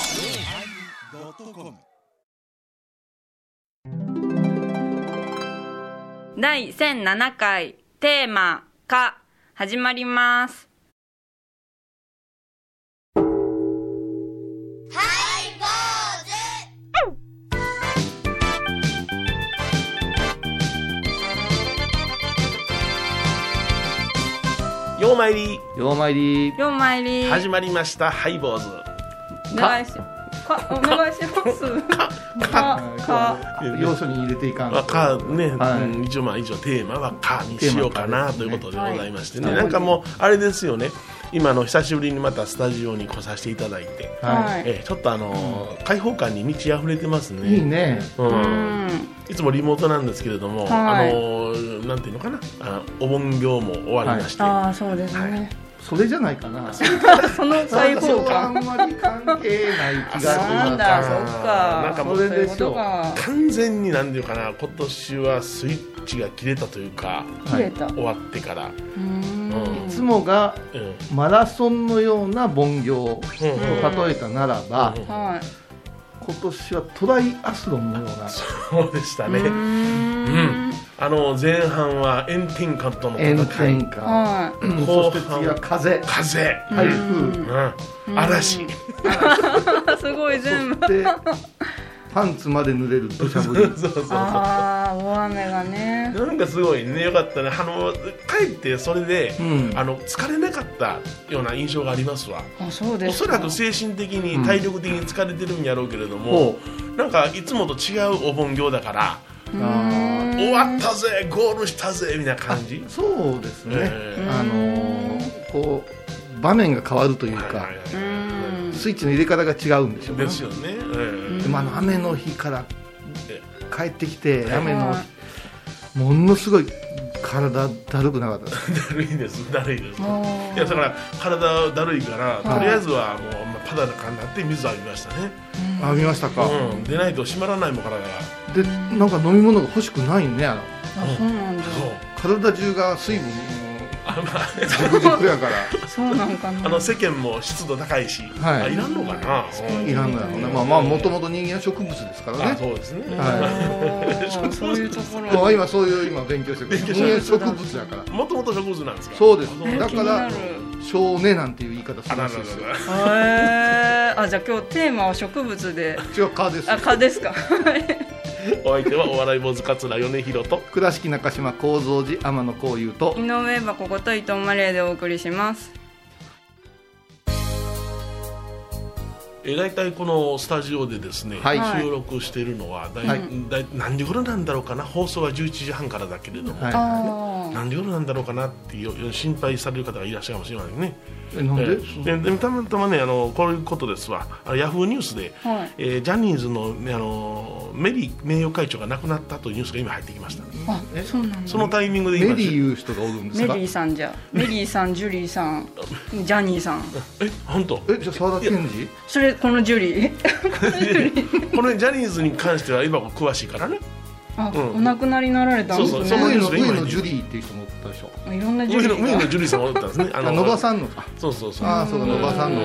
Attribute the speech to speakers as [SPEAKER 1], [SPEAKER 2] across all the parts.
[SPEAKER 1] yosmir
[SPEAKER 2] 第1007回テーマ「か」始まります
[SPEAKER 3] ようまいり
[SPEAKER 4] ようまいり
[SPEAKER 2] ようまいり
[SPEAKER 3] 始まりましたハイボーズ
[SPEAKER 2] お願いしかお願いしますかか
[SPEAKER 4] 要素に入れていかん
[SPEAKER 3] まあかね、
[SPEAKER 4] はい
[SPEAKER 3] うん一応まあ一応テーマは「か」にしようかなということでございましてね、
[SPEAKER 4] はい
[SPEAKER 3] なんかもうあれですよね今あの久しぶりにまたスタジオに来させていただいて、
[SPEAKER 4] は
[SPEAKER 2] はい、
[SPEAKER 3] えーちょっとあのー開放感に満ち溢れてます
[SPEAKER 4] いい
[SPEAKER 3] ね、
[SPEAKER 4] いね
[SPEAKER 3] うん
[SPEAKER 2] うん
[SPEAKER 3] いつもリモートなんですけれども、
[SPEAKER 2] はい
[SPEAKER 3] あのーなんていうのかなあお盆業も終わりまして、
[SPEAKER 2] ああそうです
[SPEAKER 3] は
[SPEAKER 2] ね
[SPEAKER 4] それじゃないかなそ
[SPEAKER 2] その解放
[SPEAKER 4] こはあ
[SPEAKER 2] 感
[SPEAKER 4] んまり関係ない気がする
[SPEAKER 2] なんだそっか
[SPEAKER 3] なんかも
[SPEAKER 4] そうれ
[SPEAKER 2] そういう
[SPEAKER 4] で
[SPEAKER 2] こ
[SPEAKER 4] しょ
[SPEAKER 2] と
[SPEAKER 4] う
[SPEAKER 2] が
[SPEAKER 3] 完全になんていうかな今年はスイッチが切れたというか
[SPEAKER 2] 切れた、
[SPEAKER 3] 終わってから、
[SPEAKER 2] うーん
[SPEAKER 3] うん
[SPEAKER 4] いつもが
[SPEAKER 3] うん
[SPEAKER 4] マラソンのような盆行を
[SPEAKER 3] うんうん
[SPEAKER 4] 例えたならば
[SPEAKER 3] うん
[SPEAKER 2] はい
[SPEAKER 4] 今年はトライアスロンのような
[SPEAKER 3] そうでしたね、
[SPEAKER 2] うーん
[SPEAKER 3] あの前半は炎天下との
[SPEAKER 4] 炎
[SPEAKER 3] 戦い
[SPEAKER 4] 天下
[SPEAKER 2] は
[SPEAKER 4] うん
[SPEAKER 3] 後半
[SPEAKER 4] そして次は風
[SPEAKER 3] 風、
[SPEAKER 2] い
[SPEAKER 4] 台
[SPEAKER 2] うん
[SPEAKER 4] 風
[SPEAKER 3] うん、嵐、
[SPEAKER 2] すごい全部
[SPEAKER 4] そしてパンツまで濡れる土砂降り
[SPEAKER 3] そうそうそう
[SPEAKER 2] ああ大雨がね
[SPEAKER 3] なんかすごいねよかったねあのかえってそれで、
[SPEAKER 4] うん
[SPEAKER 3] あの疲れなかったような印象がありますわ
[SPEAKER 2] あそうで
[SPEAKER 3] お
[SPEAKER 2] す
[SPEAKER 3] そ
[SPEAKER 2] から
[SPEAKER 3] く精神的
[SPEAKER 4] う
[SPEAKER 3] に
[SPEAKER 4] ん
[SPEAKER 3] 体力的に疲れてるんやろうけれども
[SPEAKER 4] ほ、
[SPEAKER 3] なんかいつもと違うお盆行だから、
[SPEAKER 2] う
[SPEAKER 4] あ
[SPEAKER 2] ーん
[SPEAKER 3] 終わったぜゴールしたぜみたいな感じ
[SPEAKER 4] そうですね、
[SPEAKER 3] ええ
[SPEAKER 4] あのーこう場面が変わるという
[SPEAKER 3] はい
[SPEAKER 4] か
[SPEAKER 3] はいは
[SPEAKER 2] うーん
[SPEAKER 4] スイッチの入れ方が違うんでしょう
[SPEAKER 3] い
[SPEAKER 4] ね
[SPEAKER 3] ですよね、え
[SPEAKER 4] でもあの雨の日から
[SPEAKER 3] え
[SPEAKER 4] 帰ってきて
[SPEAKER 3] え
[SPEAKER 4] 雨の
[SPEAKER 2] は
[SPEAKER 4] ものすごい体だるくなかったです
[SPEAKER 3] だるいです だるいです
[SPEAKER 2] もう
[SPEAKER 3] いやだから体だるいからとりあえずはもう、まあ、パダだかになって水あげましたね、
[SPEAKER 4] あ見ましたか、
[SPEAKER 3] うん、でないと閉まらないもん体が
[SPEAKER 4] でなんか飲み物が欲しくないねあの
[SPEAKER 2] あそうなんだ
[SPEAKER 3] そう
[SPEAKER 4] 体中が水分
[SPEAKER 3] あ,、まあ、
[SPEAKER 4] ぐじぐやから
[SPEAKER 2] そうなんかな
[SPEAKER 3] あの世間も湿度高いし、
[SPEAKER 4] はい
[SPEAKER 3] あいらんのかな、 うん
[SPEAKER 4] いらんのやろうなまあまあもともと人間は植物ですから
[SPEAKER 3] あ
[SPEAKER 4] ね
[SPEAKER 3] そうですね、
[SPEAKER 4] は
[SPEAKER 2] おーそういうとこ
[SPEAKER 4] も
[SPEAKER 2] ろ
[SPEAKER 4] う今そういう今勉強してる
[SPEAKER 3] 勉強し
[SPEAKER 4] 人
[SPEAKER 3] てる
[SPEAKER 4] 間植物だから
[SPEAKER 3] もともと植物なんですか
[SPEAKER 4] そうです
[SPEAKER 3] あ
[SPEAKER 4] だ
[SPEAKER 2] 気
[SPEAKER 4] か
[SPEAKER 2] にな
[SPEAKER 4] ら
[SPEAKER 2] る
[SPEAKER 4] 少年なんていう言い方す
[SPEAKER 3] あ
[SPEAKER 4] る
[SPEAKER 3] ららら
[SPEAKER 4] らしいですよ
[SPEAKER 3] ら
[SPEAKER 2] へーあじゃあ今日テーマは植物で
[SPEAKER 4] 違う蚊です
[SPEAKER 2] あ蚊ですか
[SPEAKER 3] お相手はお笑い坊主桂米広と
[SPEAKER 4] 倉敷中島高蔵寺天野幸雄と
[SPEAKER 2] 井上箱こと伊藤マレーでお送りします
[SPEAKER 3] えー大体このスタジオでですね、
[SPEAKER 4] はい
[SPEAKER 2] はい
[SPEAKER 3] 収録しているのはだい、
[SPEAKER 4] はい
[SPEAKER 3] だい何時頃なんだろうかな放送は11時半からだけれども、
[SPEAKER 4] はい
[SPEAKER 2] あ
[SPEAKER 3] 何時頃なんだろうかなっていう心配される方がいらっしゃるかもしれませんね。
[SPEAKER 4] えなんで、
[SPEAKER 3] えーででたまたまねあのこういうことですわあのヤフーニュースで、
[SPEAKER 2] はい
[SPEAKER 3] えージャニーズの,、ね、あのメリー名誉会長が亡くなったというニュースが今入ってきました、
[SPEAKER 2] あ
[SPEAKER 4] え
[SPEAKER 2] そうなんだ
[SPEAKER 3] そのタイミングで今
[SPEAKER 4] メリーいう人がおるんです
[SPEAKER 2] メ
[SPEAKER 4] か
[SPEAKER 2] リーさんじゃメリーさんジュリーさんジャニーさん
[SPEAKER 3] え本当
[SPEAKER 4] えじゃあ沢田研二
[SPEAKER 2] それこのジュリー
[SPEAKER 3] このジャニーズに関しては今詳しいからね
[SPEAKER 2] あ、
[SPEAKER 3] うん
[SPEAKER 2] お亡くなりになられたんですね
[SPEAKER 3] そうそう
[SPEAKER 4] 上野
[SPEAKER 3] そう
[SPEAKER 4] 上野ジュリーっていう人もおったでしょ
[SPEAKER 2] いろんなジュリ
[SPEAKER 3] 上野
[SPEAKER 2] ー
[SPEAKER 3] 上
[SPEAKER 2] が
[SPEAKER 3] 野樹里さんがおったんですね
[SPEAKER 4] あ野場さんのあ
[SPEAKER 3] そうそうそう
[SPEAKER 4] あーそうだ
[SPEAKER 3] うん
[SPEAKER 4] 野場さんの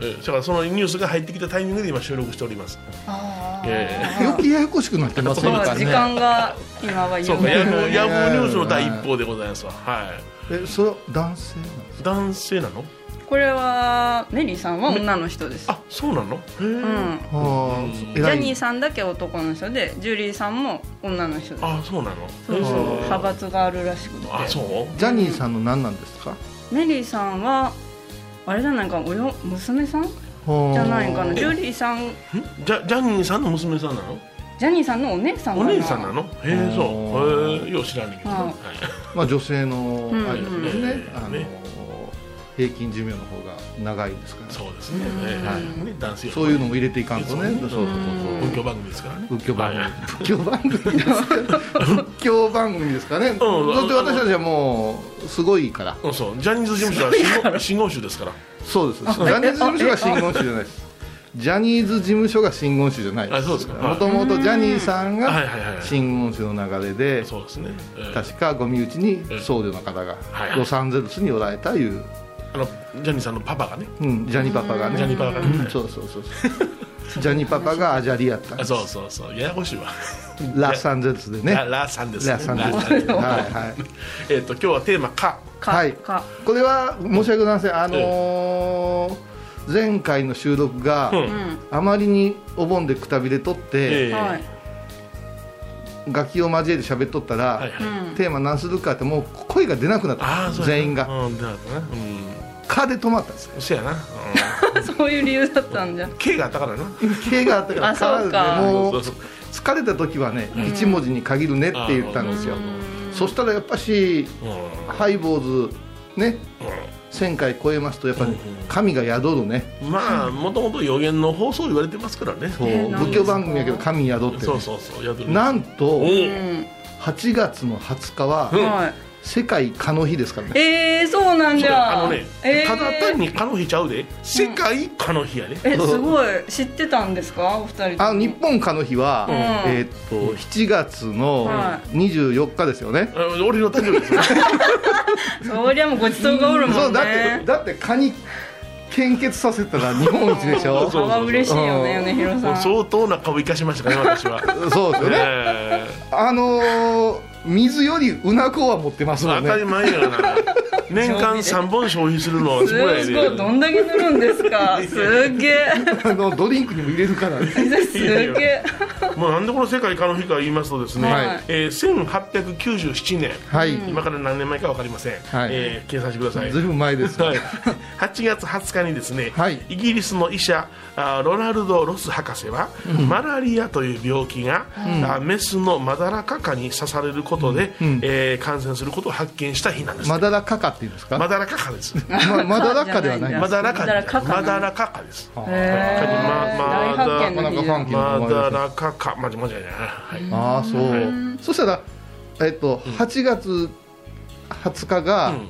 [SPEAKER 3] えーだからそのニュースが入ってきたタイミングで今収録しております、
[SPEAKER 2] あー
[SPEAKER 3] えー
[SPEAKER 4] かよくややこしくなってません
[SPEAKER 2] そう
[SPEAKER 4] か
[SPEAKER 2] 時
[SPEAKER 4] ね
[SPEAKER 2] 間が今は
[SPEAKER 3] そ
[SPEAKER 2] 有
[SPEAKER 3] うかヤフ
[SPEAKER 2] 名
[SPEAKER 3] ーヤフーニュースの第一報でございますわはい
[SPEAKER 4] えそれは男性なんですか
[SPEAKER 3] 男性なの
[SPEAKER 2] これはメリーさんは女の人です、
[SPEAKER 3] あそうなのへえ、
[SPEAKER 2] うん、
[SPEAKER 4] あ
[SPEAKER 3] うん
[SPEAKER 4] ー
[SPEAKER 3] ジ
[SPEAKER 2] ジ
[SPEAKER 4] 偉
[SPEAKER 2] ャ
[SPEAKER 4] い
[SPEAKER 2] ニーさんだけ男の人でジュリーさんも女の人です
[SPEAKER 3] あそうなの
[SPEAKER 2] そうそう
[SPEAKER 3] へー
[SPEAKER 2] 派閥があるらしくて
[SPEAKER 3] あそう
[SPEAKER 4] ジャニーさんの何なんですか
[SPEAKER 2] メリーさんはあれじゃないかおよ娘さんじ
[SPEAKER 4] じ
[SPEAKER 2] ゃないかなジ
[SPEAKER 4] ジ
[SPEAKER 2] ュリーさん
[SPEAKER 3] んジャジャニーさんの娘さんなの
[SPEAKER 2] ジャニーさんのお姉さんか
[SPEAKER 3] お
[SPEAKER 2] な
[SPEAKER 3] 姉さんなのへえそ
[SPEAKER 4] あ
[SPEAKER 3] う
[SPEAKER 4] ー
[SPEAKER 3] へえよう知らんねんけどね
[SPEAKER 2] はい
[SPEAKER 4] まあ女性の
[SPEAKER 2] うん
[SPEAKER 4] アイドルですね
[SPEAKER 3] うん
[SPEAKER 4] あの
[SPEAKER 3] ね
[SPEAKER 4] 平均寿命の方が長いですから
[SPEAKER 3] そうですね
[SPEAKER 2] うん
[SPEAKER 3] ねね男性
[SPEAKER 4] そういうのも入れていかんと
[SPEAKER 3] そ
[SPEAKER 4] ね
[SPEAKER 3] う
[SPEAKER 4] そうそうそう
[SPEAKER 3] 文教番組ですからね
[SPEAKER 4] 仏教番組
[SPEAKER 3] はい
[SPEAKER 4] 仏教番組ですか仏教番組で すかね、だって私たちはもうすごいから
[SPEAKER 3] うんそうジャニーズ事務所は信号信号集ですから
[SPEAKER 4] そうですジャニーズ事務所が真言宗じゃないですジャニーズ事務所が真言宗じゃない
[SPEAKER 3] あそうですかはい
[SPEAKER 4] もともとジャニーさん
[SPEAKER 3] はい
[SPEAKER 4] が
[SPEAKER 3] はいはいはい
[SPEAKER 4] 真言宗の流れで
[SPEAKER 3] そうですねえー
[SPEAKER 4] 確かご身内に僧侶の方が
[SPEAKER 3] はい
[SPEAKER 4] ロサンゼルスにおられたいう
[SPEAKER 3] あのジャニーさんのパパがね
[SPEAKER 4] うん、ジャニパパがね
[SPEAKER 3] ジャニパパが
[SPEAKER 4] う
[SPEAKER 3] ね
[SPEAKER 4] ん、そうそうそうそうジャニパパがアジャリやったんで
[SPEAKER 3] あ
[SPEAKER 4] す
[SPEAKER 3] そうそうそうややこしいわ
[SPEAKER 4] ラサンゼルスでね
[SPEAKER 3] ララーさんですね
[SPEAKER 4] ラサンゼル
[SPEAKER 3] ラー
[SPEAKER 4] ス
[SPEAKER 3] さん
[SPEAKER 4] ではいはい
[SPEAKER 3] えっと今日はテーマ「か
[SPEAKER 2] か、
[SPEAKER 4] はい
[SPEAKER 2] か、
[SPEAKER 4] これは申し訳ございません、あのー前回の収録が、
[SPEAKER 3] うん
[SPEAKER 2] うん、
[SPEAKER 4] あまりにお盆でくたびれとっ」
[SPEAKER 3] え
[SPEAKER 4] て、
[SPEAKER 3] え
[SPEAKER 2] はい、
[SPEAKER 4] 楽器を交えて喋っとったら、
[SPEAKER 3] はいは
[SPEAKER 2] う
[SPEAKER 3] い
[SPEAKER 2] ん、
[SPEAKER 4] テーマ何するかってもう声が出なくなっ
[SPEAKER 3] あ
[SPEAKER 4] た
[SPEAKER 3] あそうやな
[SPEAKER 4] 全員が
[SPEAKER 3] うんなるほどね
[SPEAKER 4] 「か」で止まったんですよ
[SPEAKER 3] うんそうやなうん
[SPEAKER 2] そういう理由だったんじゃ。
[SPEAKER 3] K があったからな
[SPEAKER 4] 「け」があったから 「
[SPEAKER 2] あそうか
[SPEAKER 4] でも
[SPEAKER 3] そううそう
[SPEAKER 4] 疲れた時はね、一文字に限るねって言ったんですよ
[SPEAKER 3] あ
[SPEAKER 4] そしたらやっぱし
[SPEAKER 3] うん
[SPEAKER 4] ハイボーズね1000回超えますとやっぱり神が宿るね、
[SPEAKER 3] うんまあもともと予言の放送言われてますからね
[SPEAKER 4] そう
[SPEAKER 2] えーなん
[SPEAKER 4] 仏教番組やけど神宿ってね、
[SPEAKER 3] そうそうそうやってる
[SPEAKER 4] なんと
[SPEAKER 3] お
[SPEAKER 2] う、
[SPEAKER 3] うん
[SPEAKER 4] 8月の20日は
[SPEAKER 3] うん
[SPEAKER 2] は
[SPEAKER 4] 世界蚊の日ですから
[SPEAKER 2] い。
[SPEAKER 4] ね、
[SPEAKER 2] ええそうなん
[SPEAKER 3] そう
[SPEAKER 2] じ
[SPEAKER 3] だよ
[SPEAKER 2] ゃ。
[SPEAKER 3] あのね
[SPEAKER 2] えー
[SPEAKER 3] ただ単に蚊の日ちゃうで世界蚊の日やね
[SPEAKER 2] え、すごい、知ってたんですか、お二人とも。
[SPEAKER 4] あの日本蚊の日は、
[SPEAKER 2] うん
[SPEAKER 4] えーっと7月の
[SPEAKER 2] は
[SPEAKER 4] 24日ですよね、
[SPEAKER 3] あ俺の誕生日ですよ
[SPEAKER 2] そりゃもうごちそうがおるもんね。
[SPEAKER 4] そうだってだって蚊に献血させたら日本一でしょ
[SPEAKER 3] そう
[SPEAKER 2] ああ嬉しいよね、
[SPEAKER 4] うん
[SPEAKER 2] 米広さん。
[SPEAKER 3] 相当な顔生かしましたね私は
[SPEAKER 4] そうですよね、
[SPEAKER 3] ええ
[SPEAKER 4] あのー水よりうなこは持ってますも
[SPEAKER 3] 当
[SPEAKER 4] ん
[SPEAKER 3] た
[SPEAKER 4] ね
[SPEAKER 3] り前やな年間3本消費するのは
[SPEAKER 2] す
[SPEAKER 3] すごい
[SPEAKER 2] ごい、どんだけ塗るんですか。すっげえ。
[SPEAKER 4] あのドリンクにも入れるからね
[SPEAKER 2] すっげえ。
[SPEAKER 3] まあ、なんでこの世界科の日か言いますとですね、
[SPEAKER 2] はい
[SPEAKER 3] えー1897年、
[SPEAKER 4] はい、
[SPEAKER 3] 今から何年前か分かりません、
[SPEAKER 4] はい
[SPEAKER 3] えー計算してください、
[SPEAKER 4] ずいぶん前ですよ、
[SPEAKER 3] はい、8月20日にですね、
[SPEAKER 4] はい
[SPEAKER 3] イギリスの医者あーロナルド・ロス博士は、マラリアという病気が、あーメスのマダラカカに刺されることで、
[SPEAKER 4] ん
[SPEAKER 3] えー感染することを発見した日なんです、
[SPEAKER 4] まだらかかっていうんですか
[SPEAKER 3] マダラカカ です
[SPEAKER 4] ままだらかではないん
[SPEAKER 2] じゃな
[SPEAKER 3] マ
[SPEAKER 4] です
[SPEAKER 3] ダラカ
[SPEAKER 2] マダラカカ
[SPEAKER 3] マダラカカです
[SPEAKER 2] へえ
[SPEAKER 3] まあまあ
[SPEAKER 2] 大発見の
[SPEAKER 4] なかなか
[SPEAKER 2] 日
[SPEAKER 4] ファンキーな
[SPEAKER 3] マ
[SPEAKER 4] 名前ですね
[SPEAKER 3] ダラカカまじまじやなはい
[SPEAKER 4] ああそう、そしたら、えっと、8月20日が
[SPEAKER 3] ん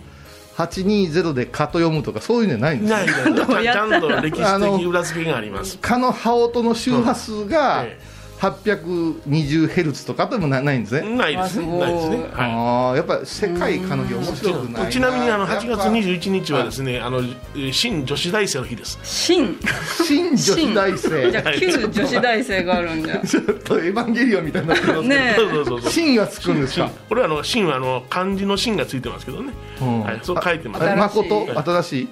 [SPEAKER 4] 820で蚊と読むとかそういうのじゃないんですよ
[SPEAKER 3] ない ないちゃん
[SPEAKER 2] うやった
[SPEAKER 3] ちゃんと歴
[SPEAKER 4] あ
[SPEAKER 3] 史
[SPEAKER 4] の
[SPEAKER 3] 的裏付けがあります
[SPEAKER 4] 蚊の羽音の周波数が
[SPEAKER 3] え
[SPEAKER 4] 820ヘルツとかでもなないんですね、
[SPEAKER 3] ないです
[SPEAKER 2] あすご
[SPEAKER 3] ね
[SPEAKER 2] い
[SPEAKER 3] ないですねはい
[SPEAKER 4] ああやっぱ世界蚊の日面白くないな
[SPEAKER 3] ちなみにあの8月21
[SPEAKER 4] 日
[SPEAKER 3] 日はですねあの新女子大生の日です
[SPEAKER 2] 新。
[SPEAKER 4] 新 女子大生
[SPEAKER 2] じゃあ、
[SPEAKER 3] はい
[SPEAKER 2] 旧女子大生があるん じゃ。
[SPEAKER 4] ちょっとエヴァンゲリオンみたいになってますけど
[SPEAKER 2] ねえ
[SPEAKER 3] そうそうそうそう
[SPEAKER 4] 新がつくんですか
[SPEAKER 3] これはあの新はあの漢字の新がついてますけどね
[SPEAKER 4] うん
[SPEAKER 3] はいそう書いてます
[SPEAKER 2] あ
[SPEAKER 4] え
[SPEAKER 2] 新しい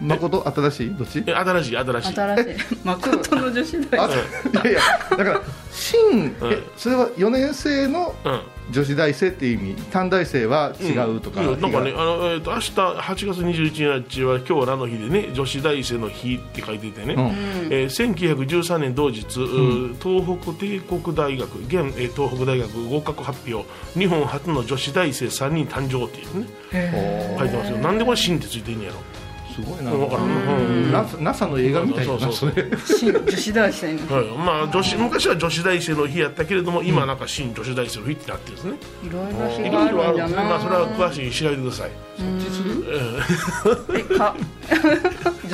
[SPEAKER 4] 誠新しい誠新しいどっち
[SPEAKER 3] え新しい新しい
[SPEAKER 2] 新しい。誠の女子大
[SPEAKER 4] あい
[SPEAKER 2] 生。
[SPEAKER 4] やいやだから新
[SPEAKER 3] うん
[SPEAKER 4] えそれは4年生の
[SPEAKER 3] うん
[SPEAKER 4] 女子大生っていう意味短大生は違うとか、
[SPEAKER 3] んなんかねあの、えー、と明日8月21日は今日は何の日でね女子大生の日って書いていてね、
[SPEAKER 4] うん
[SPEAKER 3] えー1913年同日、うー東北帝国大学現、えー東北大学合格発表日本初の女子大生3人誕生っていうね
[SPEAKER 4] お
[SPEAKER 3] 書いてますよなんでこれ「新」ってついてんねやろ
[SPEAKER 4] ーすごいな
[SPEAKER 3] 分からんうん
[SPEAKER 4] な NASA の映画みたいな
[SPEAKER 3] そうそう
[SPEAKER 4] それ
[SPEAKER 2] 新女子大生の。
[SPEAKER 3] はいまあ、女子昔は女子大生の日やったけれども今なんか新女子大生の日ってなってるんですね、
[SPEAKER 2] いろいろ
[SPEAKER 3] い
[SPEAKER 2] 日が
[SPEAKER 3] ろ
[SPEAKER 2] あ
[SPEAKER 3] いろあ
[SPEAKER 2] る
[SPEAKER 3] る
[SPEAKER 2] ん
[SPEAKER 3] ん
[SPEAKER 2] じ
[SPEAKER 3] で
[SPEAKER 2] ゃ
[SPEAKER 3] すねまあ、それ
[SPEAKER 2] な。
[SPEAKER 3] は詳しい調べてください
[SPEAKER 2] え、か。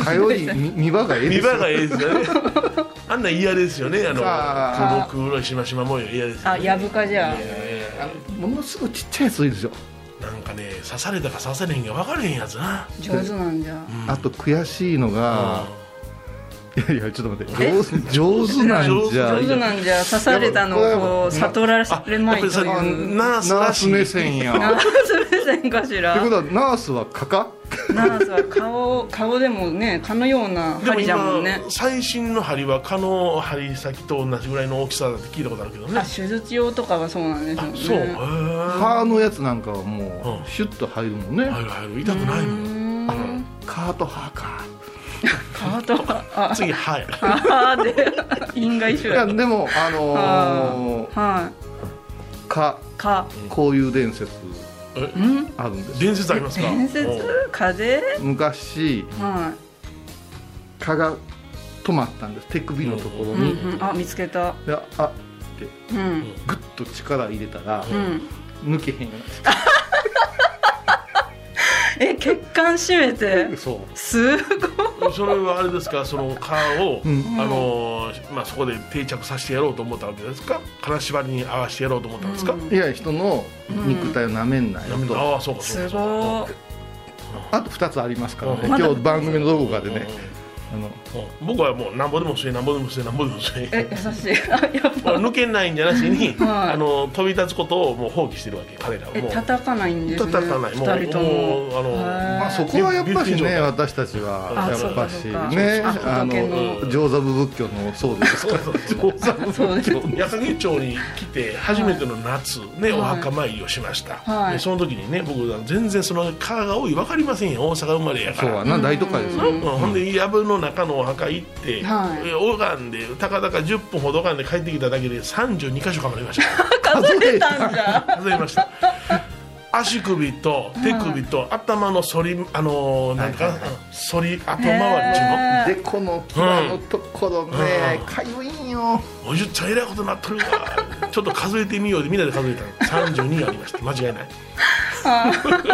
[SPEAKER 4] 火曜日み見場がええ
[SPEAKER 3] 見栄え
[SPEAKER 4] ですよ
[SPEAKER 3] がええですよねあんなん嫌ですよねあの
[SPEAKER 4] あ
[SPEAKER 3] 黒黒しましま模様嫌ですよ
[SPEAKER 2] あ、
[SPEAKER 3] ね
[SPEAKER 2] やぶかじゃ。
[SPEAKER 3] え
[SPEAKER 4] あのものすごいちっちゃいやついいですよ、
[SPEAKER 3] ーなんかね刺されたか刺されへんか分からへんやつな
[SPEAKER 2] 上手なんじゃ。
[SPEAKER 4] あと悔しいのが、いやいやちょっと待って上手上手なんじゃ
[SPEAKER 2] 上手なんじゃ。刺されたのをこう悟られまいと
[SPEAKER 3] やっぱり
[SPEAKER 2] いう。
[SPEAKER 3] ナース
[SPEAKER 4] ナ
[SPEAKER 3] ら
[SPEAKER 4] ー
[SPEAKER 3] し
[SPEAKER 4] ス
[SPEAKER 3] い
[SPEAKER 4] 目線や
[SPEAKER 2] ナ
[SPEAKER 4] っ
[SPEAKER 2] ース目線かしてら
[SPEAKER 4] こ。とはナースは蚊か
[SPEAKER 2] ナースは顔、顔でもね、蚊のような
[SPEAKER 3] でも
[SPEAKER 2] 針じゃもんね。
[SPEAKER 3] 今最新の針は蚊の針先と同じぐらいの大きさだって聞いたことあるけどね
[SPEAKER 2] あ、手術用とかがそうなんですよ
[SPEAKER 3] あ
[SPEAKER 2] ね。
[SPEAKER 3] そうへえ
[SPEAKER 4] 蚊のやつなんかはも
[SPEAKER 3] うん
[SPEAKER 4] うシュッと入るもんね、
[SPEAKER 3] 入る入る痛くないうもん
[SPEAKER 2] ーん。
[SPEAKER 4] 蚊と歯か
[SPEAKER 2] 顔とか。 あ
[SPEAKER 3] 次 歯や
[SPEAKER 2] あー で因が一
[SPEAKER 4] い
[SPEAKER 2] 緒や
[SPEAKER 4] や
[SPEAKER 2] は
[SPEAKER 4] でもあのー、
[SPEAKER 2] い
[SPEAKER 4] 蚊
[SPEAKER 2] か
[SPEAKER 4] 交友伝説
[SPEAKER 3] え
[SPEAKER 2] ん
[SPEAKER 4] あるんですよ
[SPEAKER 3] 伝説ありますか
[SPEAKER 2] 伝説
[SPEAKER 3] おう
[SPEAKER 2] 風
[SPEAKER 4] 昔
[SPEAKER 2] は
[SPEAKER 4] 蚊が止まったんです手首のところ
[SPEAKER 2] い、
[SPEAKER 4] に、
[SPEAKER 2] うんうん、あ見つけた
[SPEAKER 4] であ
[SPEAKER 2] うん
[SPEAKER 4] グッと力入れたら、
[SPEAKER 2] うん
[SPEAKER 4] 抜けへんようになっ
[SPEAKER 2] え血管締めて
[SPEAKER 4] てそう
[SPEAKER 2] す
[SPEAKER 3] それはあれですかその蚊を、
[SPEAKER 4] うん
[SPEAKER 3] あのーまあ、そこで定着させてやろうと思ったわけですか金縛りに合わせてやろうと思ったんですか、
[SPEAKER 2] うん
[SPEAKER 4] いや人の肉体をなめんなよ
[SPEAKER 3] やめ
[SPEAKER 4] と、
[SPEAKER 3] たああそうかそう
[SPEAKER 2] す
[SPEAKER 3] かそう
[SPEAKER 2] ご
[SPEAKER 3] か
[SPEAKER 4] あと2つありますからね、
[SPEAKER 3] うん
[SPEAKER 4] 今日番組のどこかでね、あの
[SPEAKER 3] うん僕はもうなんぼでも吸えなんぼでも吸えなんぼでも吸え
[SPEAKER 2] え優しいあやっ
[SPEAKER 3] もう
[SPEAKER 2] ぱ
[SPEAKER 3] 抜けないんじゃなしに、
[SPEAKER 2] はい
[SPEAKER 3] あの飛び立つことをもう放棄してるわけ彼らは
[SPEAKER 2] え
[SPEAKER 3] もう
[SPEAKER 2] 叩かないんですね
[SPEAKER 3] 叩かないもう
[SPEAKER 2] 二人と
[SPEAKER 3] も
[SPEAKER 2] も
[SPEAKER 3] うあの
[SPEAKER 2] へー
[SPEAKER 4] まあ、そこはやっぱ
[SPEAKER 3] ビュッ
[SPEAKER 4] り
[SPEAKER 3] フェ状
[SPEAKER 4] ね
[SPEAKER 3] 態
[SPEAKER 4] 私たちは
[SPEAKER 2] あ
[SPEAKER 4] やっぱし
[SPEAKER 2] そうかそうか
[SPEAKER 4] ね
[SPEAKER 2] そうそう
[SPEAKER 4] あの
[SPEAKER 2] 仏教
[SPEAKER 3] の
[SPEAKER 4] 上座部仏教の僧侶ですから
[SPEAKER 2] そうです
[SPEAKER 3] 矢掛町に来て初めての夏、ねお墓参りをしました、
[SPEAKER 2] はい
[SPEAKER 3] でその時にね僕全然その川が多い分かりませんよ大阪生まれやか
[SPEAKER 4] そう
[SPEAKER 3] ら
[SPEAKER 4] はな大都会ですよ、
[SPEAKER 3] うんほんで藪の中のお墓行って、
[SPEAKER 2] はい
[SPEAKER 3] え拝んでたかだか10分ほど拝んで帰ってきただけで32箇所かまりました
[SPEAKER 2] 数えたんじゃ
[SPEAKER 3] 数え ました足首と手首と頭の反りあのーなんか、
[SPEAKER 4] はいはいは
[SPEAKER 3] 反り後回りちの
[SPEAKER 2] へー
[SPEAKER 4] でこの際のところね、
[SPEAKER 3] うん
[SPEAKER 4] かゆいんよ
[SPEAKER 3] おじゅっちゃんえらいことなっとるわちょっと数えてみようでみんなで数えたら32ありました間違いない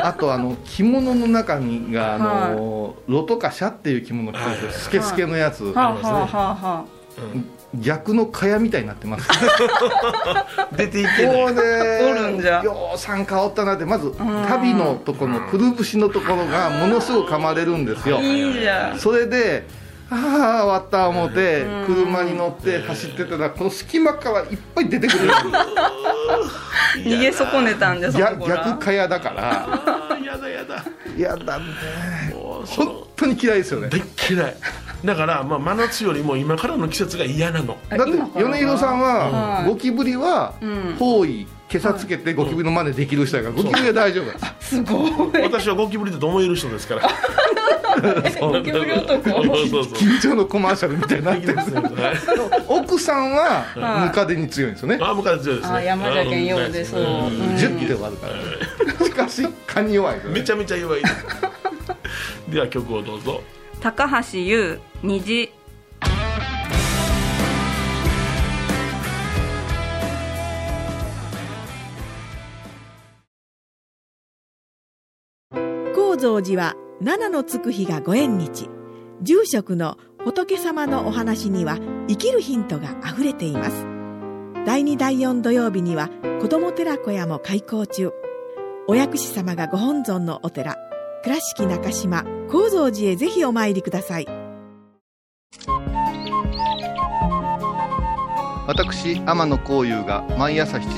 [SPEAKER 4] あとあの着物の中にがあの、ロトカシャっていう着物着てるんですよスケスケのやつ、
[SPEAKER 2] はあはあはあは
[SPEAKER 4] 逆の蚊帳みたいになってます
[SPEAKER 3] 出ていけ
[SPEAKER 4] もうね
[SPEAKER 2] おるんじゃ
[SPEAKER 4] ようさん香ったなってまず旅のとこのくるぶしのところがものすごく噛まれるんですよ
[SPEAKER 2] あいいじゃん
[SPEAKER 4] それでああ終わった思って車に乗って走ってたらこの隙間からいっぱい出てくる
[SPEAKER 2] 逃げ損ねたんです
[SPEAKER 4] 逆逆蚊帳だから
[SPEAKER 3] あーやだやだ
[SPEAKER 4] 嫌だね
[SPEAKER 3] もうその
[SPEAKER 4] 本当に嫌いですよね
[SPEAKER 3] でっ嫌いだから、まあ、真夏よりも今からの季節が嫌なの
[SPEAKER 4] だって米広さんは
[SPEAKER 2] はい
[SPEAKER 4] ゴキブリは
[SPEAKER 2] うん
[SPEAKER 4] 方位袈裟つけてゴキブリの真似できる人やからゴキブリは大丈夫です
[SPEAKER 2] す ごい
[SPEAKER 3] 私はゴキブリだと思える人ですから
[SPEAKER 2] ゴキブリ男
[SPEAKER 3] そうそうそう
[SPEAKER 4] 緊張のコマーシャルみたいになっ
[SPEAKER 3] で
[SPEAKER 4] て
[SPEAKER 3] き
[SPEAKER 4] るん
[SPEAKER 3] る
[SPEAKER 4] で
[SPEAKER 3] ですす
[SPEAKER 4] よ
[SPEAKER 3] ねはい
[SPEAKER 4] 奥さんは
[SPEAKER 2] はい
[SPEAKER 4] ムカデに強いんですよね
[SPEAKER 3] あ昔強いです
[SPEAKER 2] あ
[SPEAKER 3] ね
[SPEAKER 2] 山じゃけんようでそう
[SPEAKER 3] うん
[SPEAKER 2] うん
[SPEAKER 4] 10で終わるからしかし蚊に弱いからね
[SPEAKER 3] めちゃめちゃ弱いですでは曲をどうぞ
[SPEAKER 2] 高橋優虹
[SPEAKER 1] 高蔵寺は七のつく日がご縁日住職の仏様のお話には生きるヒントがあふれています第2第4土曜日には子ども寺小屋も開校中お薬師様がご本尊のお寺倉敷中島・高蔵寺へぜひお参りください
[SPEAKER 4] 私天野幸雄が毎朝7時に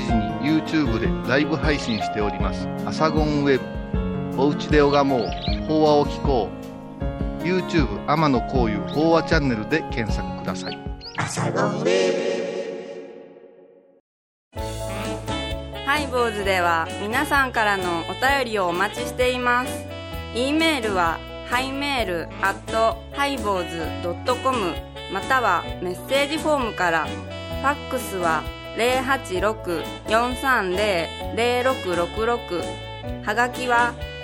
[SPEAKER 4] YouTube でライブ配信しております「アサゴンウェブ」「おうちで拝もう法話を聞こう」YouTube 天野幸雄法話チャンネルで検索ください
[SPEAKER 2] ハイボーズでは皆さんからのお便りをお待ちしています。e メールはハイメールアットハイボーズドットコムまたはメッセージフォームから。ファックスは086-430-0666はがきは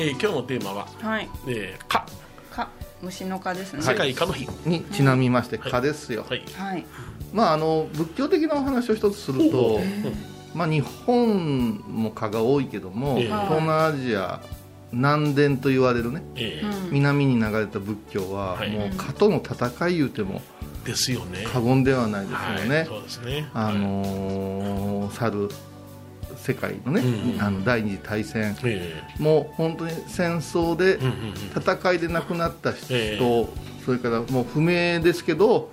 [SPEAKER 3] えー今日のテーマは
[SPEAKER 2] はい。
[SPEAKER 3] 「えー、蚊
[SPEAKER 2] か虫の蚊ですね。
[SPEAKER 3] 世界蚊の日」
[SPEAKER 4] にちなみまして蚊ですよ、
[SPEAKER 3] はい
[SPEAKER 2] はい。
[SPEAKER 4] まああの仏教的なお話を一つすると、まあ、日本も蚊が多いけども
[SPEAKER 3] ええ
[SPEAKER 4] 東南アジア南伝と言われるね
[SPEAKER 3] え
[SPEAKER 2] うん
[SPEAKER 3] ー
[SPEAKER 4] 南に流れた仏教は
[SPEAKER 3] はい
[SPEAKER 4] もう蚊との戦い言うても
[SPEAKER 3] ですよね
[SPEAKER 4] 過言ではないですよね、
[SPEAKER 3] はい、そうですね
[SPEAKER 4] あ
[SPEAKER 3] はい
[SPEAKER 4] のー、去る世界のね、
[SPEAKER 3] うん
[SPEAKER 4] あの第二次大戦
[SPEAKER 3] え
[SPEAKER 4] もう本当に戦争で
[SPEAKER 3] ーうんうんうん
[SPEAKER 4] 戦いで亡くなった人、
[SPEAKER 3] え
[SPEAKER 4] それからもう不明ですけど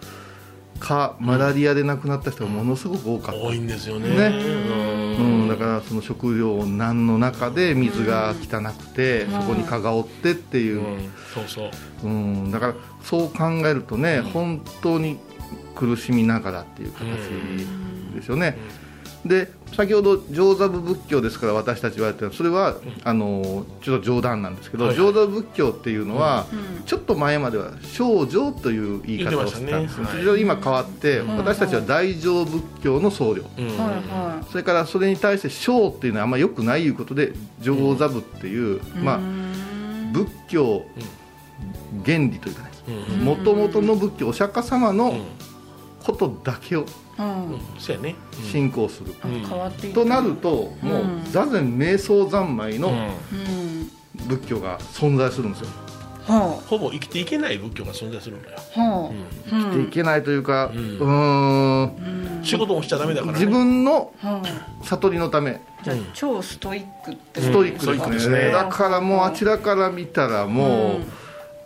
[SPEAKER 4] かマラリアで亡くなった人がものすごく多かった、
[SPEAKER 3] 多いんですよね
[SPEAKER 4] ね
[SPEAKER 3] う
[SPEAKER 4] うんん、だからその食料難の中で水が汚くて、
[SPEAKER 2] うん
[SPEAKER 4] そこに蚊が追ってっていうう、
[SPEAKER 3] んそうそう
[SPEAKER 4] うんだからそう考えるとね、本当に苦しみながらっていう形ですよね、で先ほど上座部仏教ですから私たち言われてるそれは、あのちょっと冗談なんですけど、
[SPEAKER 3] はい
[SPEAKER 4] 上座部仏教っていうのは、
[SPEAKER 2] うん
[SPEAKER 4] ちょっと前までは少女という言い方をしてたん
[SPEAKER 3] 言ってま
[SPEAKER 4] ですよ、
[SPEAKER 3] したねはい
[SPEAKER 4] それを今変わって、
[SPEAKER 2] ん
[SPEAKER 4] 私たちは大乗仏教の僧侶、
[SPEAKER 3] うん
[SPEAKER 2] はいは
[SPEAKER 4] それからそれに対して「小」っていうのはあんま良くないいうことで「上座部」っていう、
[SPEAKER 2] い。
[SPEAKER 4] まあ
[SPEAKER 2] うーん
[SPEAKER 4] 仏教原理というかね
[SPEAKER 3] うん
[SPEAKER 4] もともとの仏教お釈迦様
[SPEAKER 3] う
[SPEAKER 4] の
[SPEAKER 3] ん
[SPEAKER 4] ことだけを
[SPEAKER 3] うん
[SPEAKER 5] ん
[SPEAKER 3] そうやね
[SPEAKER 4] 信仰する、
[SPEAKER 3] うん
[SPEAKER 5] 変わっていく
[SPEAKER 4] となるともう座禅瞑想三昧
[SPEAKER 3] う
[SPEAKER 4] の
[SPEAKER 3] ん
[SPEAKER 5] うん
[SPEAKER 4] 仏教が存在するんですよ
[SPEAKER 5] は
[SPEAKER 3] ほぼ生きていけない仏教が存在するんだよ
[SPEAKER 5] あはあう
[SPEAKER 4] でい
[SPEAKER 5] ん
[SPEAKER 4] けないというかう
[SPEAKER 3] うん
[SPEAKER 4] ーん
[SPEAKER 5] うん
[SPEAKER 3] 仕事もしちゃダメだからね
[SPEAKER 4] 自分の
[SPEAKER 5] はあ
[SPEAKER 4] 悟りのため
[SPEAKER 5] じゃあ超ストイックって
[SPEAKER 4] ストイッ
[SPEAKER 3] う
[SPEAKER 4] ク
[SPEAKER 3] んストイック
[SPEAKER 4] で
[SPEAKER 3] ですす
[SPEAKER 4] ね,、
[SPEAKER 3] ね
[SPEAKER 4] だからもうあちらから見たらもう、
[SPEAKER 5] うん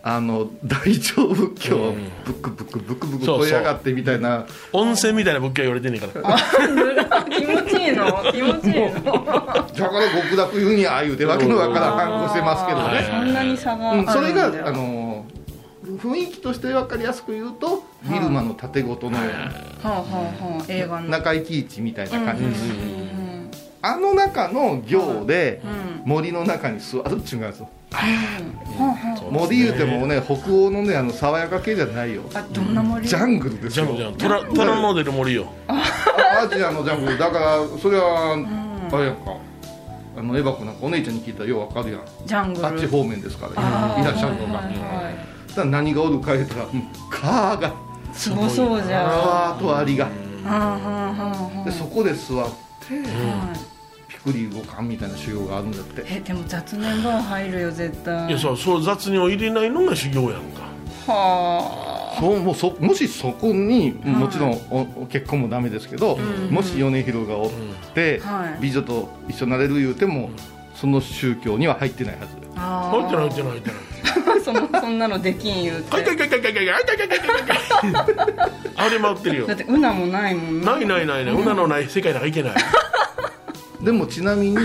[SPEAKER 4] あの大乗仏教を
[SPEAKER 3] うん
[SPEAKER 4] ブックブックブックブック
[SPEAKER 3] そうそう
[SPEAKER 4] 超えやがってみたいな
[SPEAKER 3] 温泉みたいな仏教は言われてんねんか ら
[SPEAKER 5] 気持ちいいの気持ちいいの
[SPEAKER 4] だから極楽湯にああいうでわけのわからん反抗してますけど
[SPEAKER 3] はい
[SPEAKER 4] ね、
[SPEAKER 5] そんなに差が あ
[SPEAKER 4] う
[SPEAKER 5] るん
[SPEAKER 4] ん、
[SPEAKER 5] だ
[SPEAKER 4] それがあの雰囲気として分かりやすく言うとビルマの縦ごとの
[SPEAKER 5] はあはあはあ映画の
[SPEAKER 4] 中井貴一みたいな感じ、
[SPEAKER 5] うん
[SPEAKER 3] うん
[SPEAKER 4] あの中の行で
[SPEAKER 5] うん
[SPEAKER 4] 森の中に座るっちゅうんですよ
[SPEAKER 5] は
[SPEAKER 3] そうですね
[SPEAKER 4] 森言うてもね北欧のねあの爽やか系じゃないよ
[SPEAKER 5] あはああどんな森
[SPEAKER 4] ジャングルです
[SPEAKER 3] ジ
[SPEAKER 4] よ
[SPEAKER 3] ャンプジャンプ虎虎の出る森よ
[SPEAKER 4] あアジアのジャングルだからそれは、
[SPEAKER 5] ん
[SPEAKER 4] あれやんかあのエバ子なんかお姉ちゃんに聞いたらようわかるやん
[SPEAKER 5] ジャングル
[SPEAKER 4] あっち方面ですから、
[SPEAKER 5] あー
[SPEAKER 4] いらっしゃるのが、
[SPEAKER 5] はいはいはい
[SPEAKER 4] だから何がおるか言ったらうんカーが
[SPEAKER 5] すごそうじゃん
[SPEAKER 4] カ
[SPEAKER 5] は
[SPEAKER 4] ーとアリが、
[SPEAKER 5] あはあはあ
[SPEAKER 4] でそこで座って、
[SPEAKER 5] はい
[SPEAKER 4] ピクリ動かんみたいな修行があるんだって
[SPEAKER 5] えでも雑念バー入るよ絶対
[SPEAKER 3] いやそうそう雑にを入れないのが修行やんか
[SPEAKER 5] は
[SPEAKER 4] そうもうそもしそこにもちろんおお結婚もダメですけど、もし米広がおって、
[SPEAKER 5] はい
[SPEAKER 4] 美女と一緒になれる言うてもその宗教には入ってないはず
[SPEAKER 5] ああ
[SPEAKER 3] 入ってない入って
[SPEAKER 5] ゃ
[SPEAKER 3] ない入 ってない
[SPEAKER 5] そのそんなのできん言う
[SPEAKER 3] かいか
[SPEAKER 5] て
[SPEAKER 3] いかいかいかいかいかいかいかいかいかいかいあれ回ってるよ
[SPEAKER 5] だってうなもないもん
[SPEAKER 3] ないないないない女のない世界なんかいけない
[SPEAKER 4] でもちなみに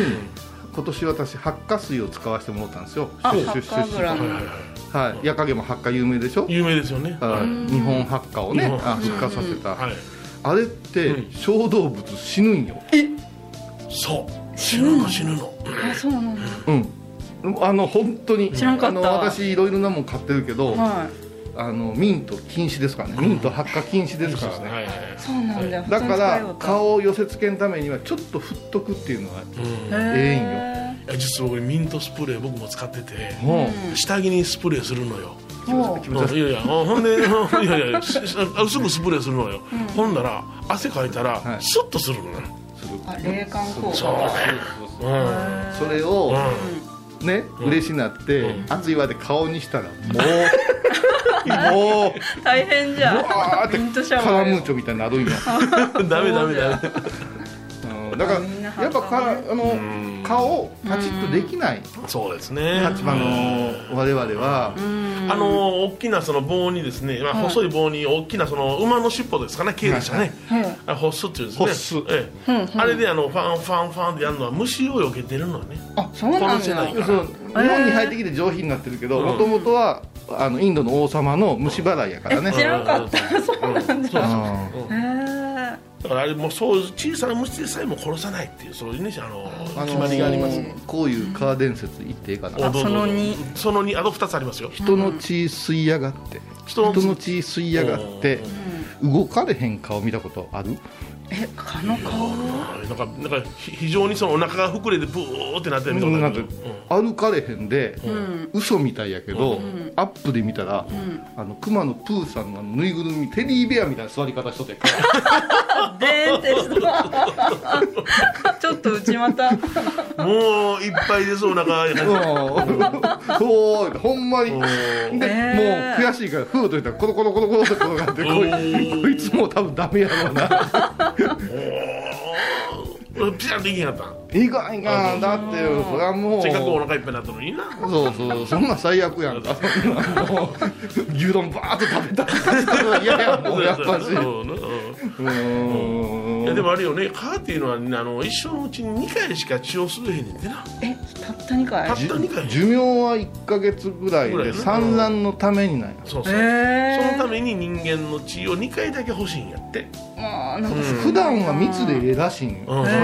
[SPEAKER 4] 今年私発火水を使わせてもらったんですよ
[SPEAKER 5] あ
[SPEAKER 4] 出出
[SPEAKER 5] 発火油
[SPEAKER 3] はいはいはい
[SPEAKER 4] はい矢影も発火有名でしょ、
[SPEAKER 3] 有名ですよね
[SPEAKER 4] はい日本発火をね
[SPEAKER 3] 日本
[SPEAKER 4] あ復活させた、
[SPEAKER 3] はい
[SPEAKER 4] あれって
[SPEAKER 3] うん
[SPEAKER 4] 小動物死ぬんよ、
[SPEAKER 3] そう死ぬの死ぬの
[SPEAKER 5] あそうなんだ
[SPEAKER 4] うん、あの本当に
[SPEAKER 5] 知らんかった
[SPEAKER 4] あの私いろいろなもん買ってるけど、
[SPEAKER 5] はい
[SPEAKER 4] あのミント禁止ですからねミント発火禁止ですからね
[SPEAKER 3] はいはい
[SPEAKER 5] そうなんだよ
[SPEAKER 4] だ
[SPEAKER 5] 普
[SPEAKER 4] か
[SPEAKER 5] 通に使えよ
[SPEAKER 4] ら
[SPEAKER 5] うと
[SPEAKER 4] 顔を寄せ付けんためにはちょっと振っとくっていうのは
[SPEAKER 3] うん
[SPEAKER 5] へ
[SPEAKER 3] いや実はこれミントスプレー僕も使ってて
[SPEAKER 4] もう
[SPEAKER 3] 下着にスプレーするのよ
[SPEAKER 5] えも
[SPEAKER 4] 気
[SPEAKER 3] うん
[SPEAKER 4] 持ち悪い
[SPEAKER 3] いやいやあほんでいやいやすすぐスプレーするのよほんなら汗かいたら
[SPEAKER 4] はい
[SPEAKER 3] スッとするのよ
[SPEAKER 4] する
[SPEAKER 5] あ霊感効
[SPEAKER 4] そ
[SPEAKER 5] 果
[SPEAKER 4] う
[SPEAKER 3] う
[SPEAKER 4] そうんそれを
[SPEAKER 3] うん
[SPEAKER 4] ね嬉しなって
[SPEAKER 3] うん
[SPEAKER 4] 熱いわで顔 にしたらもうもう
[SPEAKER 5] う大変じゃん
[SPEAKER 4] あーって
[SPEAKER 5] ミントシャワ
[SPEAKER 4] カラ
[SPEAKER 5] ー
[SPEAKER 4] ム
[SPEAKER 5] よ
[SPEAKER 4] ーチョみたいになる んよ
[SPEAKER 3] ダメダメダメ
[SPEAKER 4] うんだから
[SPEAKER 5] みんな
[SPEAKER 4] やっぱからあの
[SPEAKER 3] ん
[SPEAKER 4] 顔をパチッとできない
[SPEAKER 3] そうですね
[SPEAKER 4] 立場の我々は
[SPEAKER 3] あの大きなその棒にですね、まあ、細い棒に大きなその馬の尻尾ですかね毛でしたね、
[SPEAKER 5] はいはい
[SPEAKER 3] あホッスっていうんですね
[SPEAKER 4] ホッス
[SPEAKER 3] ええあれであのファンファンファンってやるのは虫を避けてるのね
[SPEAKER 5] あそうなん
[SPEAKER 3] 殺せな
[SPEAKER 5] だ
[SPEAKER 3] いから
[SPEAKER 4] そう日本に入ってきて上品になってるけどもともとはあのインドの王様の虫払いやからね
[SPEAKER 5] え知らんかった
[SPEAKER 3] そうんそうそう
[SPEAKER 4] あ
[SPEAKER 5] へえ
[SPEAKER 3] だからあれもうそう小さな虫でさえも殺さないっていうそういうねあの
[SPEAKER 4] あ の
[SPEAKER 3] 決まりがあります
[SPEAKER 4] こういう川伝説言っていいかな
[SPEAKER 3] おどうぞ
[SPEAKER 5] その二
[SPEAKER 3] その2あと2つありますよ
[SPEAKER 4] 人の血吸いやがって
[SPEAKER 3] 人の
[SPEAKER 4] 人
[SPEAKER 3] 血
[SPEAKER 4] の血吸いやがって動かれへん顔見たことある
[SPEAKER 5] え蚊の顔
[SPEAKER 3] はいなんかなんかひ非常にそのお腹が膨れてブーってなってるみたい
[SPEAKER 4] な
[SPEAKER 3] なんる
[SPEAKER 4] か歩かれへんで嘘みたいやけどアップで見たらあの熊のプーさんのあのぬいぐるみテディベアみたいな座り方し とって
[SPEAKER 5] でーんってした ちょっと内股
[SPEAKER 3] もういっぱいですお腹
[SPEAKER 4] うんおー ほんまにでもう
[SPEAKER 5] え
[SPEAKER 4] 悔しいからふーといったらコロコロコロコロって転がってこいこいつもう多分ダメやろう な
[SPEAKER 3] ピシャンできへんかったん
[SPEAKER 4] いかんいかんだってそれはもう
[SPEAKER 3] せっかくお腹いっぱいになったのにな
[SPEAKER 4] そうそうそんな最悪や んかそんなもう 牛丼バーッと食べたら嫌やもうやっぱ
[SPEAKER 3] そう
[SPEAKER 4] しう
[SPEAKER 3] そううん
[SPEAKER 4] ーん
[SPEAKER 3] いやでもあれよね蚊っていうのはねあの一生のうちに2回しか血を吸えへんねんてな
[SPEAKER 5] えたった2回
[SPEAKER 3] たった2回
[SPEAKER 4] 寿命は1か月ぐらいで産卵のためにない
[SPEAKER 3] そうそう、
[SPEAKER 5] え
[SPEAKER 3] そのた
[SPEAKER 5] め
[SPEAKER 3] めに人間の血を2回だけ欲しいんやって
[SPEAKER 5] まあなんか
[SPEAKER 4] 普段は蜜でええらしいんよ
[SPEAKER 3] うん
[SPEAKER 4] 魚の蜜でえ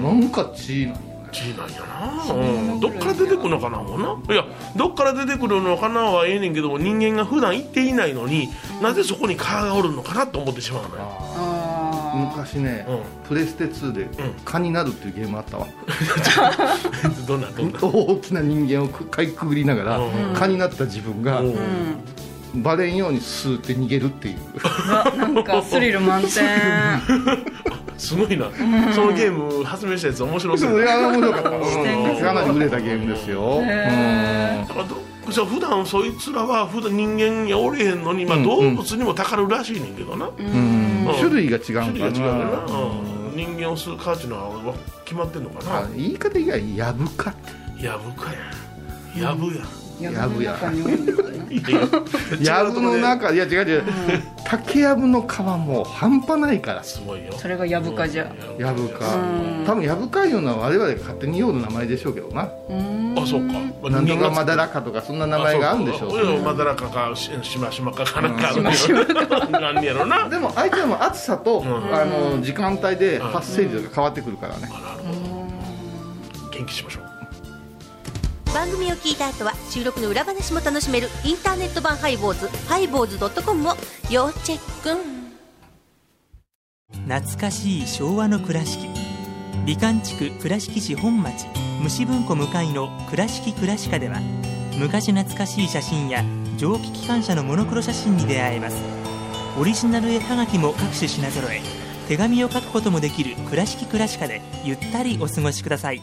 [SPEAKER 4] えのなんか血なんよ
[SPEAKER 3] 血なんやな、うん、どっから出てくるのかなもんないやどっから出てくるのかなはええねんけども人間が普段行っていないのになぜそこに蚊がおるのかなと思ってしまうのよ
[SPEAKER 5] あ
[SPEAKER 4] 昔ね、プレステ2で
[SPEAKER 3] ん
[SPEAKER 4] 「蚊になる」っていうゲームあったわ、
[SPEAKER 3] うん、 どんなどんな
[SPEAKER 4] 大きな人間をかいくぐりながら、
[SPEAKER 3] うん
[SPEAKER 4] 蚊になった自分が、
[SPEAKER 3] うん
[SPEAKER 2] うん
[SPEAKER 4] バレんようにスーって逃げるっていう
[SPEAKER 5] わなんかスリル満 点
[SPEAKER 3] すごいな、そのゲーム発明したやつ面白そう
[SPEAKER 4] い
[SPEAKER 3] やな
[SPEAKER 4] や面白 かった
[SPEAKER 5] 天
[SPEAKER 4] うんかなり売れたゲームですよ、
[SPEAKER 5] へ
[SPEAKER 3] だからどじゃあ普段そいつらは普段人間におれへんのに、まあ、
[SPEAKER 4] うん
[SPEAKER 3] 動
[SPEAKER 4] うん
[SPEAKER 3] 物にもたかるらしいねんけどな、
[SPEAKER 4] うんうん
[SPEAKER 3] うん
[SPEAKER 4] 種類が違
[SPEAKER 3] 種
[SPEAKER 4] う
[SPEAKER 3] 類
[SPEAKER 4] ん
[SPEAKER 3] が違
[SPEAKER 4] か
[SPEAKER 3] う
[SPEAKER 4] な
[SPEAKER 3] からな、うん人間を吸う価値のは決まってんのか
[SPEAKER 4] あ
[SPEAKER 3] な
[SPEAKER 4] 言い方以外やぶかって
[SPEAKER 3] やぶかややぶや
[SPEAKER 4] やぶや
[SPEAKER 3] や
[SPEAKER 4] やぶの中いや違う違う、竹やぶの皮も半端ないから
[SPEAKER 3] すごいよ
[SPEAKER 5] それがヤブカじゃ
[SPEAKER 4] やぶ
[SPEAKER 3] う
[SPEAKER 4] か
[SPEAKER 2] うん
[SPEAKER 4] 多分やぶかいうのは我々が勝手に用の名前でしょうけどな
[SPEAKER 3] んあそうか
[SPEAKER 4] なんとか
[SPEAKER 3] ま
[SPEAKER 4] まだらかとかそんな名前があるんでしょうけど
[SPEAKER 3] んまだらかかししましまかかなんかあるんやろななんやろな
[SPEAKER 4] でも相手も暑さと、
[SPEAKER 3] ん
[SPEAKER 4] あの時間帯で発生量が変わってくるからね、
[SPEAKER 3] あなるほど元気しましょう
[SPEAKER 6] 番組を聞いた後は収録の裏話も楽しめるインターネット版ハイボーズハイボーズ .com を要チェック
[SPEAKER 7] 懐かしい昭和の倉敷美観地区倉敷市本町虫文庫向かいの「倉敷倉歯科」では昔懐かしい写真や蒸気機関車のモノクロ写真に出会えますオリジナル絵はがきも各種品揃え手紙を書くこともできる「倉敷倉歯科」でゆったりお過ごしください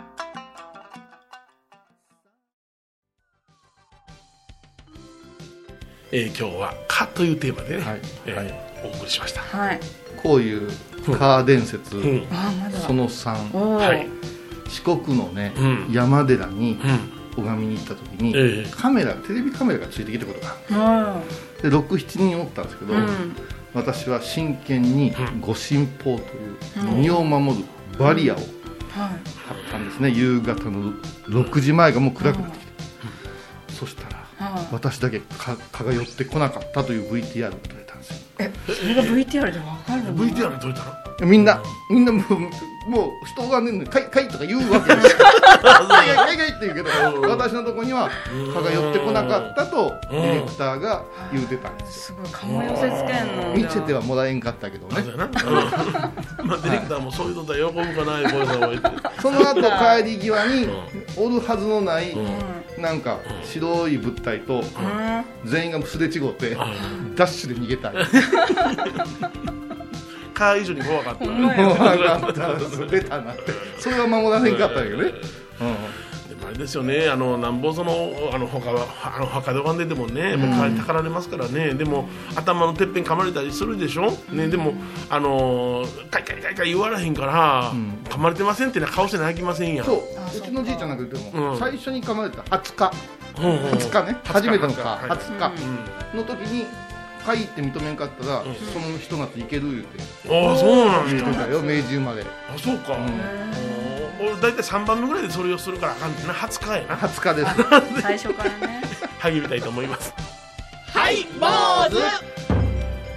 [SPEAKER 3] えー今日は「蚊」というテーマでね、
[SPEAKER 4] はい
[SPEAKER 3] えー
[SPEAKER 4] は
[SPEAKER 3] お送りしました
[SPEAKER 5] はい
[SPEAKER 4] こういうカー伝説、
[SPEAKER 3] うん
[SPEAKER 5] あまだ
[SPEAKER 4] その3
[SPEAKER 5] おお、
[SPEAKER 3] はい
[SPEAKER 4] 四国のね、
[SPEAKER 3] うん
[SPEAKER 4] 山寺に
[SPEAKER 3] うん
[SPEAKER 4] 拝みに行った時に、
[SPEAKER 3] ええ
[SPEAKER 4] カメラテレビカメラがついてきたことがあるで67人おったんですけど、
[SPEAKER 5] うん
[SPEAKER 4] 私は真剣に御神宝という身を守るバリアを張ったんですね、夕方の6時前がもう暗くなってきて、そしたら
[SPEAKER 5] はい
[SPEAKER 4] 私だけ蚊蚊が寄ってこなかったという VTR を撮れたんですよ
[SPEAKER 5] それが VTR でわかるの
[SPEAKER 3] VTR 撮れたの
[SPEAKER 4] みんな、みんなもう、もう人がね、かい、かいとか言うわけ ですよ。かいかいかいって言うけど、私のとこには、蚊が寄ってこなかったと、ディレクターが言うてたんです。
[SPEAKER 5] すごい顔も寄せつけんの
[SPEAKER 4] 見ててはもらえんかったけどね
[SPEAKER 3] そう。やな、うんまあ、ディレクターもそういうのだ喜ぶかなこういうのを言って
[SPEAKER 4] その後帰り際に
[SPEAKER 3] うん、
[SPEAKER 4] おるはずのない、
[SPEAKER 3] う
[SPEAKER 4] なんか、白い物体と、
[SPEAKER 5] うん
[SPEAKER 4] 全員がすれ違って、ダッシュで逃げたい。
[SPEAKER 3] 蚊以上に怖かった
[SPEAKER 5] んまや
[SPEAKER 4] もうなんか、ベタなって。それは守らへんかったんやけどね。
[SPEAKER 3] でもあれですよね、あのなんぼそのあの他はあの他で拝んでてもね、もう買いたかられますからね、でも頭のてっぺん噛まれたりするでしょ、ね、でも、あのー、かいかいかいかい言われへんから、
[SPEAKER 4] ん
[SPEAKER 3] 噛まれてませんってな顔して泣きませんやん、
[SPEAKER 4] そう、うちのじいちゃんなんか言って
[SPEAKER 3] う
[SPEAKER 4] も、
[SPEAKER 3] ん
[SPEAKER 4] 最初に噛まれた20日。
[SPEAKER 3] うんうん
[SPEAKER 4] 20日ね初めてのか
[SPEAKER 3] はい
[SPEAKER 4] 20日の時に会議って認めんかったら
[SPEAKER 3] ん
[SPEAKER 4] その人がいける言うて
[SPEAKER 3] ああ、そうなん
[SPEAKER 4] 言って
[SPEAKER 3] や、
[SPEAKER 4] たよ明治生まれ
[SPEAKER 3] あそうか、
[SPEAKER 4] ん
[SPEAKER 3] お俺、大体3番目ぐらいでそれをするからあかんな、20日やな、
[SPEAKER 4] 20日で す
[SPEAKER 5] 最初からね
[SPEAKER 3] 励みたいと思います。はい、坊主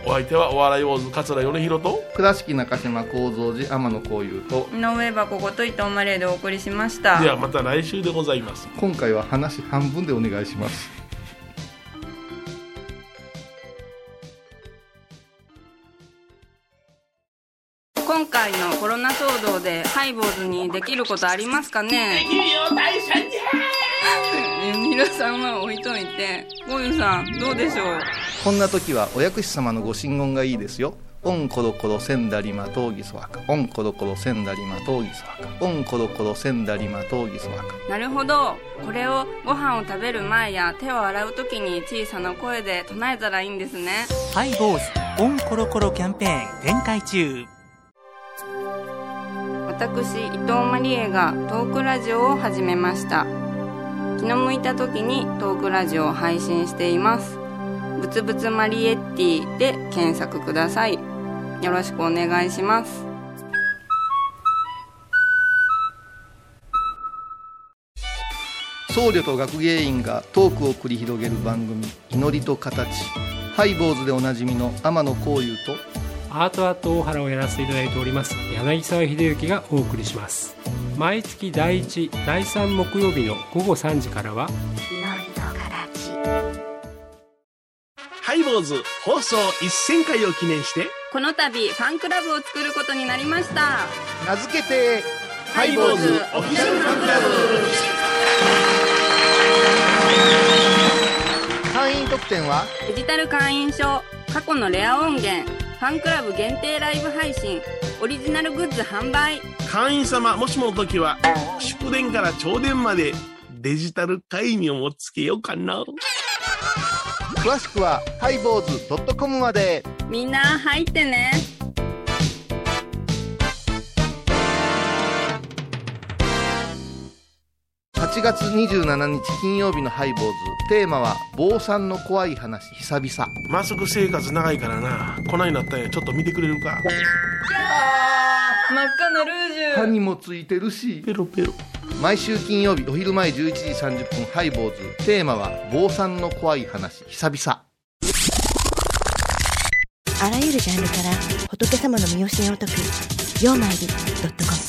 [SPEAKER 3] お相手はお笑い坊主、桂米宏と。
[SPEAKER 4] 倉敷中島幸三寺天野幸雄と
[SPEAKER 5] 井上はここと伊藤マレーでお送りしました
[SPEAKER 3] ではまた来週でございます。
[SPEAKER 4] 今回は話半分でお願いします
[SPEAKER 2] 今回のコロナ騒動でハイボーズにできることありますかねできるよ大社に皆さんは置いといてゴユさんどうでしょう
[SPEAKER 4] こんな時はお薬師様のご神言がいいですよオンコロコロセンダリマトウギソワカオンコロコロセンダリマトウギソワカオンコロコロセンダリマトウギソワカ
[SPEAKER 2] なるほどこれをご飯を食べる前や手を洗う時に小さな声で唱えたらいいんですね
[SPEAKER 7] ハイボーズオンコロコロキャンペーン展開中
[SPEAKER 2] 私伊藤マリエがトークラジオを始めました気の向いた時にトークラジオを配信していますぶつぶつマリエッティで検索くださいよろしくお願いします
[SPEAKER 8] 僧侶と学芸員がトークを繰り広げる番組「祈りと形」ハイボーズでおなじみの天野幸雄と
[SPEAKER 4] アートアート大原をやらせていただいております柳沢秀幸がお送りします毎月第1第3木曜日の午後3時からは
[SPEAKER 3] ハイボーズ放送1000回を記念して
[SPEAKER 2] この度ファンクラブを作ることになりました
[SPEAKER 3] 名付けて
[SPEAKER 2] ハイボーズオフィシャルファンクラブ
[SPEAKER 8] 会員特典は
[SPEAKER 2] デジタル会員証過去のレア音源ファンクラブ限定ライブ配信オリジナルグッズ販売
[SPEAKER 3] 会員様もしもの時は祝電から朝電までデジタル会議をもつけようかな
[SPEAKER 8] 詳しくはハイボーズ .com まで
[SPEAKER 2] みんな入ってね
[SPEAKER 8] 8月27日金曜日のハイボーズテーマは坊さんの怖い話久々
[SPEAKER 9] マスク生活長いからなこないなったんやちょっと見てくれるか
[SPEAKER 10] 真っ赤なルージュ
[SPEAKER 8] 歯にもついてるしペロペロ毎週金曜日お昼前11時30分ハイボーズテーマは坊さんの怖い話久々
[SPEAKER 11] あらゆるジャンルから仏様の身教えを解く「曜マイルドットコム」